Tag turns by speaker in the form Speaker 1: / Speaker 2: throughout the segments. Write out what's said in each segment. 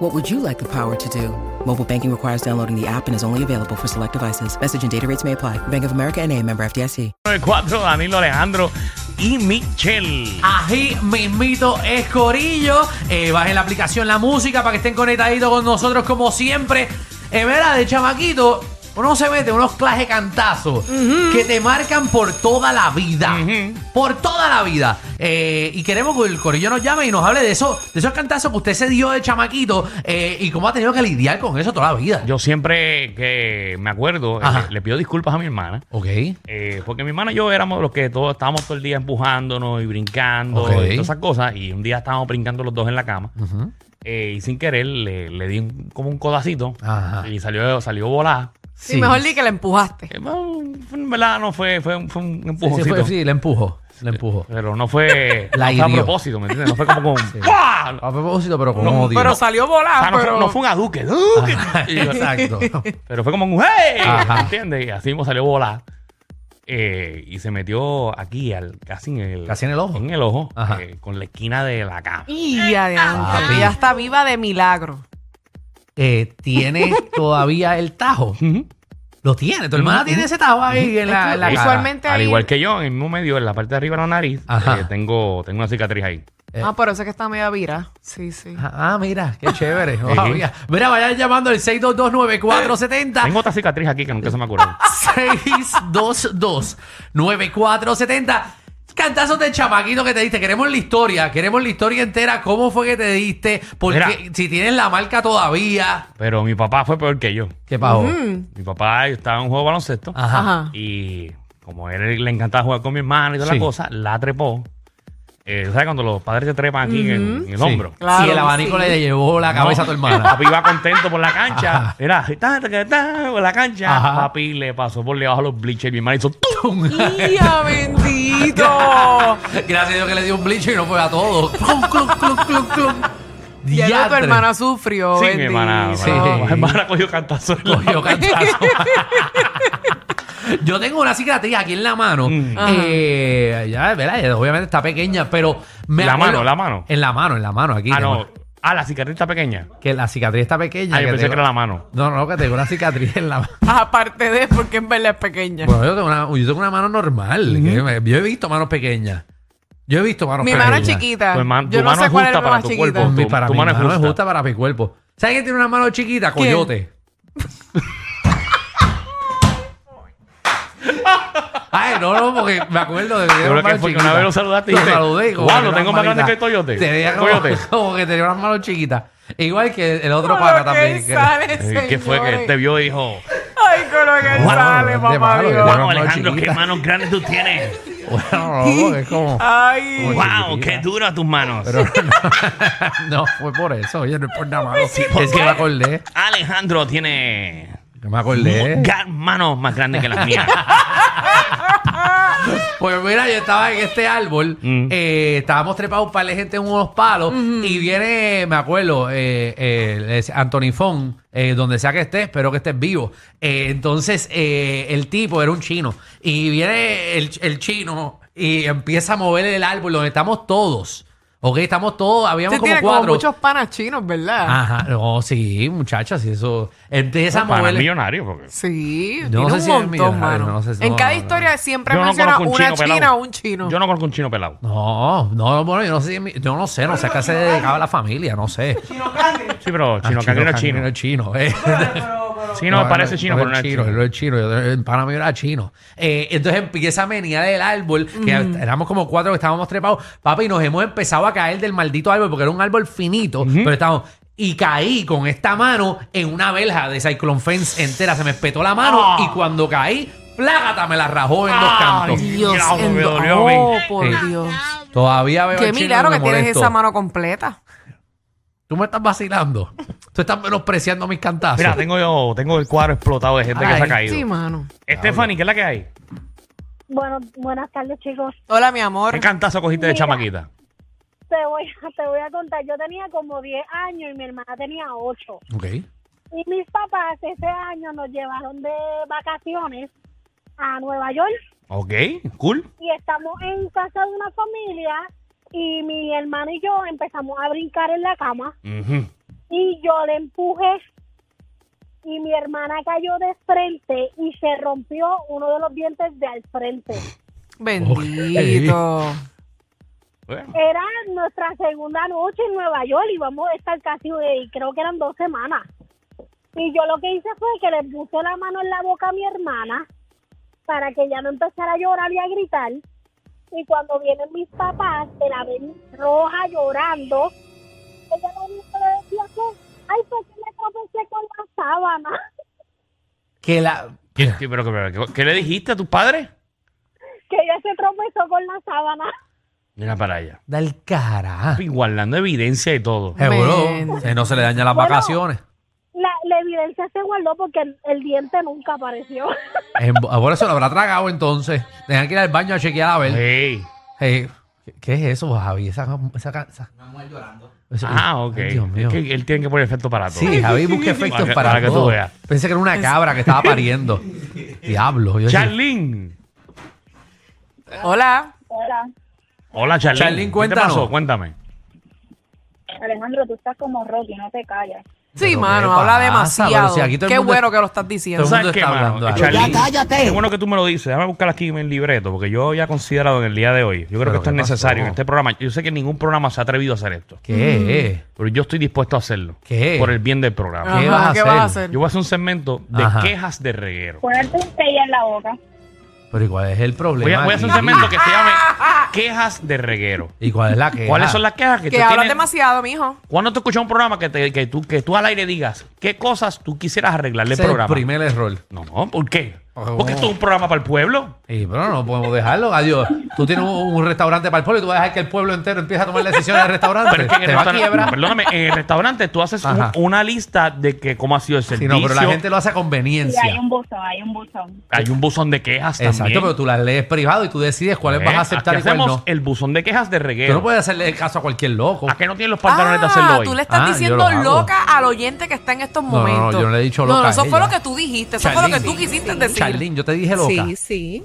Speaker 1: What would you like the power to do? Mobile banking requires downloading the app and is only available for select devices. Message and data rates may apply. Bank of America and a member FDIC.
Speaker 2: 4, Danilo Alejandro y Michelle.
Speaker 3: Ají mismito es Corillo. Eh, bajen la aplicación La Música para que estén conectaditos con nosotros como siempre. En verdad, de chamaquito, uno se mete unos claje cantazos que te marcan por toda la vida. Por toda la vida. Eh, y queremos que el Corillo nos llame y nos hable de, eso, de esos cantazos que usted se dio de chamaquito eh, y cómo ha tenido que lidiar con eso toda la vida.
Speaker 2: Yo siempre que me acuerdo, eh,
Speaker 3: Ajá.
Speaker 2: le, le pido disculpas a mi hermana.
Speaker 3: Ok.
Speaker 2: eh, porque mi hermana y yo éramos los que todos estábamos todo el día empujándonos y brincando
Speaker 3: Ok.
Speaker 2: y todas esas cosas. Y un día estábamos brincando los dos en la cama. eh, y sin querer le, le di un- como un codacito
Speaker 3: Ajá.
Speaker 2: y salió, salió volada.
Speaker 4: Sí, mejor di que la empujaste.
Speaker 2: Eh, bueno, en verdad no fue, fue, un- fue un
Speaker 3: Sí, sí,
Speaker 2: empujoncito.
Speaker 3: fue- sí, le empujo. Le empujo.
Speaker 2: Pero no fue,
Speaker 3: La
Speaker 2: no fue a
Speaker 3: hirió.
Speaker 2: propósito, ¿me entiendes? No fue como con... ¡Guau!
Speaker 3: A propósito, pero con odio.
Speaker 4: Pero salió
Speaker 2: O
Speaker 4: volando.
Speaker 2: sea,
Speaker 3: Ah,
Speaker 2: no,
Speaker 4: pero...
Speaker 2: fue, no fue un aduque. ¡Duque! Y yo-
Speaker 3: Exacto.
Speaker 2: Pero fue como un ¡Hey!
Speaker 3: Ajá.
Speaker 2: ¿Entiendes? Y así me salió volar. Eh, y se metió aquí, al, casi en el...
Speaker 3: Casi en el ojo.
Speaker 2: En el ojo,
Speaker 3: Ajá.
Speaker 2: eh, con la esquina de la cama.
Speaker 4: Y adiante,
Speaker 3: Papi.
Speaker 4: ella está viva de milagro.
Speaker 3: eh, tiene todavía el tajo.
Speaker 2: Ujú.
Speaker 3: Lo tiene, tu hermana tiene ese tajo ahí en la, en la
Speaker 2: Sí.
Speaker 3: cara.
Speaker 4: Usualmente
Speaker 2: Al
Speaker 4: ahí-
Speaker 2: igual que yo, en el mismo medio, en la parte de arriba de la nariz,
Speaker 3: Ajá.
Speaker 2: eh, tengo, tengo una cicatriz ahí.
Speaker 3: Eh.
Speaker 4: Ah, pero sé que está media vira. Sí, sí.
Speaker 3: Ah, ah, mira, qué chévere. No
Speaker 2: Ujú.
Speaker 3: sabía. Mira, vayan llamando al 622-9470.
Speaker 2: Tengo otra cicatriz aquí que nunca se me ocurrió.
Speaker 3: 622-9470. Cantazos de chamaquito que te diste. Queremos la historia, queremos la historia entera. ¿Cómo fue que te diste? Porque
Speaker 2: Mira.
Speaker 3: si tienes la marca todavía.
Speaker 2: Pero mi papá fue peor que yo.
Speaker 3: ¿Qué pago?
Speaker 4: Mm.
Speaker 2: Mi papá estaba en un juego de baloncesto.
Speaker 3: Ajá.
Speaker 4: Ajá.
Speaker 2: Y como a él le encantaba jugar con mi hermano y toda
Speaker 3: Sí.
Speaker 2: la cosa, la trepó. Eh, ¿Sabes cuando los padres te trepan aquí en, en el
Speaker 3: Sí.
Speaker 2: hombro?
Speaker 4: Claro,
Speaker 3: si el abanico
Speaker 4: sí.
Speaker 3: le llevó la cabeza a tu hermana.
Speaker 2: Papi iba contento por la cancha.
Speaker 3: Ajá.
Speaker 2: Era, ta, ta, ta, ta, por la cancha.
Speaker 3: Ajá.
Speaker 2: Papi le pasó por debajo a los bleachers. Mi hermano hizo ¡tum!
Speaker 4: ¡Ya bendito!
Speaker 3: Gracias a Dios que le dio un bleacher y no fue a todos. Clum, clum, clum, clum, clum.
Speaker 4: Ya no, tu
Speaker 3: Diatre.
Speaker 4: hermana sufrió.
Speaker 2: Sí, mi
Speaker 4: bendito.
Speaker 2: hermana.
Speaker 3: Sí.
Speaker 2: Mi hermana cogió cantazo. en la-
Speaker 3: Cogió cantazo. Yo tengo una cicatriz aquí en la mano.
Speaker 2: Mm.
Speaker 3: Eh, ya, ¿verdad? Obviamente está pequeña, pero me
Speaker 2: La
Speaker 3: acuerdo-
Speaker 2: mano, la mano.
Speaker 3: En la mano, en la mano, aquí.
Speaker 2: Ah,
Speaker 3: tengo-
Speaker 2: no. Ah, la cicatrita pequeña.
Speaker 3: Que la cicatriz está pequeña.
Speaker 2: Ah, yo pensé
Speaker 3: tengo-
Speaker 2: que era la mano.
Speaker 3: No, no, que tengo una cicatriz en la mano.
Speaker 4: Aparte de, porque en verdad es pequeña.
Speaker 3: Bueno, yo tengo una, yo tengo una mano normal. que me- yo he visto manos pequeñas. Yo he visto manos
Speaker 4: Mi
Speaker 3: pequeñas.
Speaker 4: mano es chiquita.
Speaker 2: Tu hermano-
Speaker 4: Yo
Speaker 2: tu
Speaker 4: no
Speaker 2: mano
Speaker 4: sé
Speaker 2: es
Speaker 4: cuál es
Speaker 2: justa
Speaker 4: la
Speaker 2: para
Speaker 4: más
Speaker 2: tu
Speaker 4: chiquita.
Speaker 2: cuerpo.
Speaker 3: Mi-
Speaker 2: Pues
Speaker 3: para
Speaker 2: Tu
Speaker 3: mi
Speaker 2: mano
Speaker 3: mano
Speaker 2: es
Speaker 3: es
Speaker 2: justa.
Speaker 3: justa para mi cuerpo. ¿Sabes quién tiene una mano chiquita? Coyote. Ay, no, no, porque me acuerdo de que tenía
Speaker 2: creo
Speaker 3: unas
Speaker 2: que
Speaker 3: manos
Speaker 2: fue que una
Speaker 3: chiquitas.
Speaker 2: vez lo saludaste y
Speaker 3: Lo
Speaker 2: dijiste,
Speaker 3: saludé. y como
Speaker 2: "Guau,
Speaker 3: que
Speaker 2: lo
Speaker 3: tenía
Speaker 2: tengo más
Speaker 3: unas
Speaker 2: grande
Speaker 3: manitas".
Speaker 2: que el Toyote.
Speaker 3: Tenía como,
Speaker 2: Toyote.
Speaker 3: como que tenía unas manos chiquitas. E Igual que el otro
Speaker 4: Con
Speaker 3: pana
Speaker 4: lo que
Speaker 3: también.
Speaker 4: él
Speaker 3: que-
Speaker 4: sale,
Speaker 2: Eh, ¿Qué fue que
Speaker 4: señores.
Speaker 2: él te vio y dijo?
Speaker 4: Ay, con lo que él
Speaker 3: Wow,
Speaker 4: sale,
Speaker 3: es de malo,
Speaker 4: papá
Speaker 3: es de
Speaker 4: Dios.
Speaker 3: malo.
Speaker 2: Wow,
Speaker 3: mano
Speaker 2: Alejandro, qué
Speaker 3: chiquita.
Speaker 2: manos grandes tú tienes.
Speaker 3: Bueno, no, porque es como...
Speaker 4: Ah. Ay.
Speaker 2: Wow,
Speaker 3: chiquitita.
Speaker 2: qué duro tus manos.
Speaker 3: No, fue por eso. Oye, no es por nada malo. Es que me acordé.
Speaker 2: Alejandro tiene
Speaker 3: que Me acordé.
Speaker 2: ga- manos más grandes que las mías.
Speaker 3: Pues mira, yo estaba en este árbol,
Speaker 2: Mm.
Speaker 3: eh, estábamos trepados un par de gente en unos palos y viene, me acuerdo, eh, eh, es Anthony Fon, eh, donde sea que estés, espero que estés vivo. Eh, entonces, eh, el tipo era un chino y viene el, el chino y empieza a mover el árbol donde estamos todos. Ok, estamos todos, habíamos
Speaker 4: Usted
Speaker 3: como
Speaker 4: tiene
Speaker 3: cuatro.
Speaker 4: como muchos panas chinos, ¿verdad?
Speaker 3: Ajá, no, sí, muchachas, y eso. Empieza a
Speaker 2: Para
Speaker 3: mover.
Speaker 2: millonario. Porque...
Speaker 4: Sí,
Speaker 3: Yo no sé
Speaker 4: tiene un
Speaker 3: si es
Speaker 4: montón,
Speaker 3: millonario,
Speaker 4: mano.
Speaker 3: no sé si-
Speaker 4: en
Speaker 3: no,
Speaker 4: cada
Speaker 3: no, no.
Speaker 4: historia siempre
Speaker 2: Yo no
Speaker 4: menciona
Speaker 2: conozco un
Speaker 4: una
Speaker 2: chino pelado.
Speaker 4: china o un chino.
Speaker 2: Yo no conozco un chino pelado.
Speaker 3: No, no, bueno, yo no sé, si es mi- yo no sé, no sé a qué se dedicaba la familia, no sé.
Speaker 2: Sí, pero Ah, chino, que era chino.
Speaker 3: No es chino. eh.
Speaker 2: Sí, no, parece chino,
Speaker 3: Ah, no
Speaker 2: pero no
Speaker 3: es
Speaker 2: es chino.
Speaker 3: él no es chino. yo- El pana mío era chino. Eh, entonces empieza a menear el árbol. Que éramos como cuatro que estábamos trepados. Papi, y nos hemos empezado a caer del maldito árbol porque era un árbol finito. Pero estábamos. Y caí con esta mano en una verja de Cyclone Fence entera. Se me espetó la mano
Speaker 2: Ah.
Speaker 3: y cuando caí, plágata, me la rajó en dos
Speaker 2: Ay.
Speaker 3: cantos.
Speaker 4: Dios,
Speaker 2: Diablo,
Speaker 4: en-
Speaker 2: me dolió a
Speaker 4: oh,
Speaker 2: mí.
Speaker 4: por
Speaker 3: Sí.
Speaker 4: Dios.
Speaker 3: Todavía veo
Speaker 4: Qué
Speaker 3: al chino y
Speaker 4: milagro
Speaker 3: me
Speaker 4: que tienes
Speaker 3: molesto.
Speaker 4: esa mano completa.
Speaker 3: Tú me estás vacilando. Tú estás menospreciando mis cantazos.
Speaker 2: Mira, tengo yo, tengo el cuadro explotado de gente que
Speaker 3: Ay,
Speaker 2: se ha caído.
Speaker 4: Sí, mano.
Speaker 2: Stephanie, ¿qué es la que hay?
Speaker 5: Bueno, buenas tardes, chicos.
Speaker 4: Hola, mi amor.
Speaker 2: ¿Qué cantazo cogiste de
Speaker 5: Mira.
Speaker 2: chamaquita?
Speaker 5: Te voy, a- te voy a contar, yo tenía como 10 años y mi hermana tenía 8.
Speaker 3: Ok.
Speaker 5: Y mis papás ese año nos llevaron de vacaciones a Nueva York
Speaker 2: Ok, cool.
Speaker 5: y estamos en casa de una familia y mi hermano y yo empezamos a brincar en la cama
Speaker 2: Ujú.
Speaker 5: y yo le empujé y mi hermana cayó de frente y se rompió uno de los dientes de al frente.
Speaker 4: Bendito.
Speaker 2: Bueno,
Speaker 5: Era nuestra segunda noche en Nueva York y vamos a estar casi, eh, creo que eran dos semanas. Y yo lo que hice fue que le puse la mano en la boca a mi hermana para que ella no empezara a llorar y a gritar. Y cuando vienen mis papás, que la ven roja llorando, ella me dice, decía que, ay, ¿por qué me tropecé con la sábana?
Speaker 3: Que la.
Speaker 2: ¿qué- qué- pero- pero- ¿qué- ¿Qué le dijiste a tus padres?
Speaker 5: Que ella se tropezó con la sábana.
Speaker 2: Mira para allá.
Speaker 3: Da el cara.
Speaker 2: Y Guardando evidencia y todo.
Speaker 3: Seguro.
Speaker 4: Bendito.
Speaker 3: Si no se le dañan las
Speaker 5: Bueno.
Speaker 3: vacaciones.
Speaker 5: La, la evidencia se guardó porque el- el diente nunca apareció.
Speaker 3: En- ah, Por eso lo habrá tragado entonces. Dejan que ir al baño a chequear a ver.
Speaker 2: Ey.
Speaker 3: Eh, ¿qué- ¿Qué es eso, Javi? Esa, esa, esa- Eso- eh,
Speaker 2: Ah, ok.
Speaker 3: Ay, Dios mío.
Speaker 2: Es que él tiene que poner efecto para todo.
Speaker 3: Sí, Javi busca efectos
Speaker 2: Para que-
Speaker 3: para,
Speaker 2: para que tú
Speaker 3: todo.
Speaker 2: veas.
Speaker 3: Pensé que era una cabra que estaba pariendo. Diablo. yo-
Speaker 2: Charlene.
Speaker 4: Hola.
Speaker 5: Hola,
Speaker 2: Hola, Charlene.
Speaker 3: Charlene,
Speaker 2: ¿Qué te
Speaker 3: cuéntanos.
Speaker 2: pasó? Cuéntame.
Speaker 5: Alejandro, tú estás como Rocky, no te callas.
Speaker 4: Sí,
Speaker 3: Pero
Speaker 4: mano,
Speaker 3: ¿qué
Speaker 4: habla
Speaker 3: pasa? Pero
Speaker 4: demasiado.
Speaker 3: si aquí todo el
Speaker 4: Qué
Speaker 3: mundo-
Speaker 4: bueno que lo estás diciendo.
Speaker 3: Todo el mundo está hablando algo.
Speaker 2: Charlene, Qué bueno que tú me lo dices. Déjame buscar aquí en el libreto, porque yo ya he considerado en el día de hoy. Yo creo
Speaker 3: ¿Pero
Speaker 2: que esto es
Speaker 3: qué
Speaker 2: necesario
Speaker 3: pasó?
Speaker 2: en este programa. Yo sé que ningún programa se ha atrevido a hacer esto,
Speaker 3: ¿Qué es?
Speaker 2: pero yo estoy dispuesto a hacerlo.
Speaker 3: ¿Qué?
Speaker 2: Por el bien del programa.
Speaker 3: ¿Qué
Speaker 4: Ajá,
Speaker 3: vas a
Speaker 4: ¿qué
Speaker 3: hacer?
Speaker 4: vas a hacer?
Speaker 2: Yo voy a hacer un segmento de
Speaker 3: Ajá.
Speaker 2: quejas de reguero.
Speaker 5: Ponerte un sello en la boca.
Speaker 3: Pero ¿y cuál es el problema?
Speaker 2: Voy a, voy a hacer un
Speaker 3: aquí?
Speaker 2: segmento que se llame Quejas de reguero.
Speaker 3: ¿Y cuál es la que?
Speaker 2: ¿Cuáles son las quejas que,
Speaker 4: Que
Speaker 2: tú
Speaker 4: hablas
Speaker 2: tienes?
Speaker 4: demasiado, mijo.
Speaker 2: ¿Cuándo te escuchas un programa que, te- que tú, que tú al aire digas qué cosas tú quisieras arreglarle al
Speaker 3: Ese es el
Speaker 2: programa?
Speaker 3: primer error.
Speaker 2: No, no, ¿por qué?
Speaker 3: Oh.
Speaker 2: Porque esto es un programa para el pueblo.
Speaker 3: Y pero no podemos dejarlo. Adiós. Tú tienes un, un restaurante para el pueblo y tú vas a dejar que el pueblo entero empiece a tomar las decisiones del restaurante.
Speaker 2: Pero es que en el
Speaker 3: Te va a
Speaker 2: restaurante-
Speaker 3: quiebrar.
Speaker 2: Perdóname, en el restaurante tú haces un-
Speaker 3: Ajá.
Speaker 2: una lista de que cómo ha sido el
Speaker 3: Sí,
Speaker 2: servicio.
Speaker 3: no, pero la gente lo hace a conveniencia.
Speaker 5: buzón, hay un buzón.
Speaker 2: Hay un buzón de quejas
Speaker 3: Exacto,
Speaker 2: también.
Speaker 3: pero tú las lees privado y tú decides cuáles
Speaker 2: Eh,
Speaker 3: vas a aceptar y
Speaker 2: aquí
Speaker 3: cuáles
Speaker 2: hacemos
Speaker 3: no.
Speaker 2: el buzón de quejas de reguero.
Speaker 3: Tú no puedes hacerle caso a cualquier loco.
Speaker 2: ¿A qué no tienes los pantalones de hacerlo hoy?
Speaker 4: tú le estás
Speaker 3: Ah, yo lo
Speaker 4: diciendo
Speaker 3: hago.
Speaker 4: loca al oyente que está en estos
Speaker 3: No, no, no,
Speaker 4: momentos.
Speaker 3: yo no le he dicho
Speaker 4: No,
Speaker 3: loca
Speaker 4: no,
Speaker 3: a
Speaker 4: eso
Speaker 3: ella.
Speaker 4: fue lo que tú dijiste. Eso fue lo que
Speaker 3: Charlene,
Speaker 4: tú quisiste decir.
Speaker 3: Charlene, yo te dije loca.
Speaker 4: Sí, sí.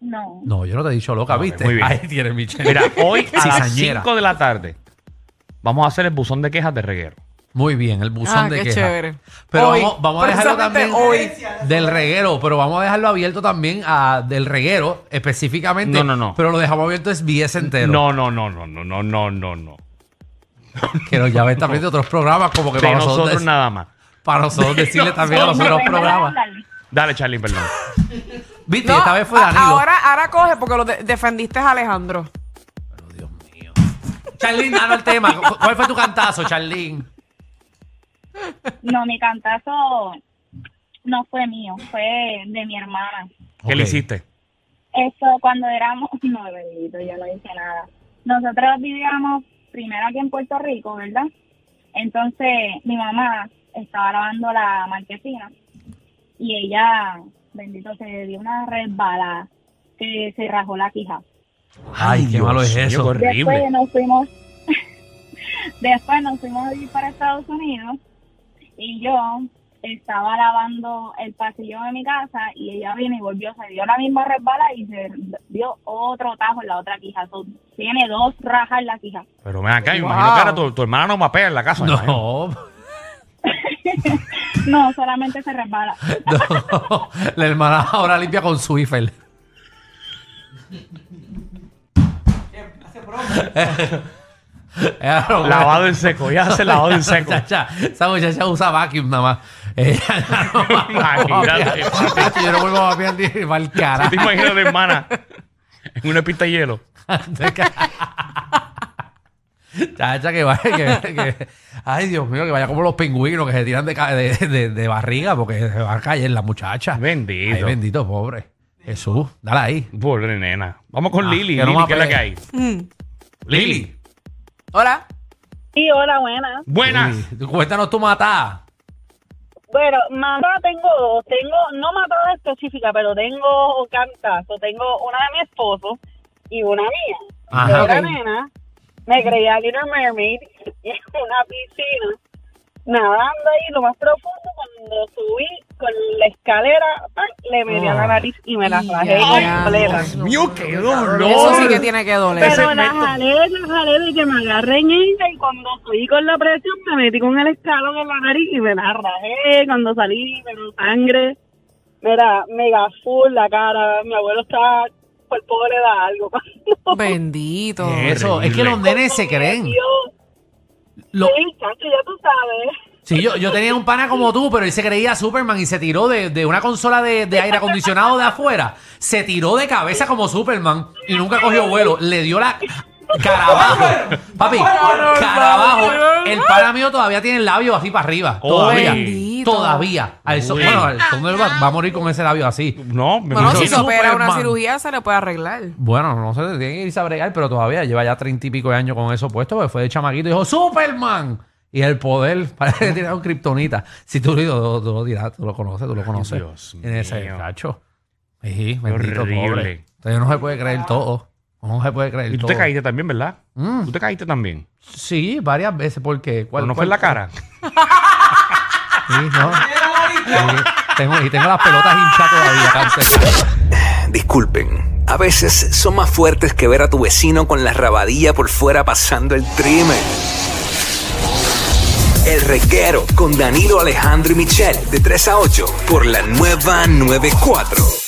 Speaker 5: No.
Speaker 3: No, yo no te he dicho loca,
Speaker 2: Ok,
Speaker 3: ¿viste?
Speaker 2: muy bien.
Speaker 3: Ahí tienes Michelle.
Speaker 2: Mira, hoy a las
Speaker 3: Cizañera.
Speaker 2: 5 de la tarde vamos a hacer el buzón de quejas de reguero.
Speaker 3: Muy bien, el buzón
Speaker 4: Ah,
Speaker 3: de
Speaker 4: qué
Speaker 3: queja.
Speaker 4: chéveres.
Speaker 3: Pero
Speaker 4: Hoy,
Speaker 3: vamos, vamos a dejarlo también
Speaker 4: precisamente
Speaker 3: del reguero, pero vamos a dejarlo abierto también a del reguero específicamente.
Speaker 2: No, no, no.
Speaker 3: Pero lo dejamos abierto es 10 entero.
Speaker 2: No, no, no, no, no, no, no, no, no.
Speaker 3: Que nos llamen también de otros programas, como que
Speaker 2: De
Speaker 3: para
Speaker 2: nosotros,
Speaker 3: nosotros, dec-
Speaker 2: nada más.
Speaker 3: para nosotros decirle también a Ah, los otros programas.
Speaker 2: Dale, Charlie, perdón.
Speaker 3: Viste,
Speaker 4: No,
Speaker 3: esta vez fue
Speaker 4: a-
Speaker 3: Danilo.
Speaker 4: Ahora, ahora coge porque lo de- defendiste a Alejandro.
Speaker 3: Charlín, danos el tema. ¿Cu- ¿Cuál fue tu cantazo, Charlín?
Speaker 5: No, mi cantazo no fue mío, fue de mi hermana.
Speaker 2: ¿Qué le
Speaker 3: Ok.
Speaker 2: hiciste?
Speaker 5: Eso cuando éramos, no, bendito, yo no hice nada. Nosotros vivíamos primero aquí en Puerto Rico, ¿verdad? Entonces mi mamá estaba lavando la marquesina y ella, bendito, se dio una resbala que se rajó la quija.
Speaker 3: Ay, qué
Speaker 2: Dios
Speaker 3: malo es
Speaker 2: mío,
Speaker 3: eso.
Speaker 2: qué horrible.
Speaker 5: Después nos fuimos, después nos fuimos a vivir para Estados Unidos y yo estaba lavando el pasillo de mi casa y ella vino y volvió, se dio la misma resbala y se dio otro tajo en la otra quija. So, tiene dos rajas en la quija.
Speaker 2: Pero ven acá, yo
Speaker 4: Wow.
Speaker 2: imagino que ahora tu, tu hermana no mapea en la casa. me imagino.
Speaker 3: No,
Speaker 5: No, solamente se resbala.
Speaker 3: no. La hermana ahora limpia con Swiffer.
Speaker 2: Eh,
Speaker 3: Ella no-
Speaker 2: Lavado en seco, ya hace lavado en seco.
Speaker 3: Muchacha, esa muchacha usa vacuum nada más. Ella no va a
Speaker 2: Imagínate,
Speaker 3: vapear. Yo no vuelvo a vapear ni para
Speaker 2: ¿Tú
Speaker 3: el
Speaker 2: te
Speaker 3: carajo.
Speaker 2: imaginas a la hermana en una pista de hielo?
Speaker 3: Chacha, que vaya, que, que- Ay, Dios mío, que vaya como los pingüinos que se tiran de, ca- de, de- de barriga porque se va a caer la muchacha.
Speaker 2: Bendito.
Speaker 3: Ay, bendito, pobre. Jesús, dale ahí.
Speaker 2: Pobre nena. Vamos con
Speaker 3: Ah,
Speaker 2: Lili.
Speaker 3: que no
Speaker 2: Lili, ¿qué es la
Speaker 3: mapea.
Speaker 2: que hay?
Speaker 4: Mm.
Speaker 2: Lili.
Speaker 4: Hola.
Speaker 5: Sí, hola, buenas.
Speaker 2: Buenas.
Speaker 3: Sí, Cuéntanos tu matá.
Speaker 5: Bueno, matada tengo dos. Tengo, no matada específica, pero tengo cantazo. Tengo una de mi esposo y una mía.
Speaker 3: Ajá,
Speaker 5: Yo era
Speaker 4: ok.
Speaker 5: nena, me creía Little Mermaid y en una piscina nadando ahí lo más profundo cuando subí con la escalera ¡pam! le metí a la nariz y me la
Speaker 4: Y
Speaker 5: rajé
Speaker 4: ya.
Speaker 5: completa.
Speaker 4: Dios
Speaker 2: mío, qué dolor.
Speaker 4: Eso sí que tiene que doler.
Speaker 5: Pero la
Speaker 2: segmento.
Speaker 5: jalé, la jalé de que me agarren ella y cuando subí con la presión me metí con el escalón en la nariz y me la rajé. Cuando salí me dio sangre. Mira, mega full la cara. Mi abuelo estaba por pobre da algo.
Speaker 4: Bendito.
Speaker 2: Qué
Speaker 3: Eso, es que
Speaker 2: horrible.
Speaker 3: los nenes se creen.
Speaker 5: Dios,
Speaker 3: Lo-
Speaker 5: sí, chacho, ya tú sabes.
Speaker 3: sí, yo, yo tenía un pana como tú, pero él se creía Superman y se tiró de, de una consola de, de aire acondicionado de afuera. Se tiró de cabeza como Superman y nunca cogió vuelo. Le dio la carabajo. Papi, carabajo. El pana mío todavía tiene el labio así para arriba.
Speaker 2: Uy.
Speaker 3: Todavía.
Speaker 4: Bendito.
Speaker 3: Todavía. Al sol-
Speaker 2: Uy.
Speaker 3: bueno, al sol no va, va a morir con ese labio así.
Speaker 2: No, me
Speaker 4: Bueno,
Speaker 3: Yo
Speaker 4: si se
Speaker 3: soy
Speaker 4: opera una
Speaker 3: Superman.
Speaker 4: cirugía, se le puede arreglar.
Speaker 3: Bueno, no se le tiene que irse a bregar, pero todavía lleva ya treinta y pico de años con eso puesto, porque fue de chamaquito y dijo ¡Superman! Y el poder, parece que tiraron kriptonita. Si tú, lo- tú lo dirás, tú lo conoces, tú lo conoces.
Speaker 2: Dios
Speaker 3: en ese
Speaker 2: mío.
Speaker 3: cacho. Sí, bendito
Speaker 2: horrible.
Speaker 3: pobre. Entonces no se puede creer todo. No se puede creer
Speaker 2: Y tú
Speaker 3: todo.
Speaker 2: te caíste también, ¿verdad?
Speaker 3: Mm.
Speaker 2: Tú te caíste también.
Speaker 3: Sí, varias veces, porque...
Speaker 2: Pero no fue en la cara.
Speaker 3: Sí, no. Sí, tengo, y tengo las pelotas hinchadas todavía. cáncer.
Speaker 6: Disculpen, a veces son más fuertes que ver a tu vecino con la rabadilla por fuera pasando el trimen. El reguero con Danilo Alejandro y Michel de 3 a 8 por la nueva 94.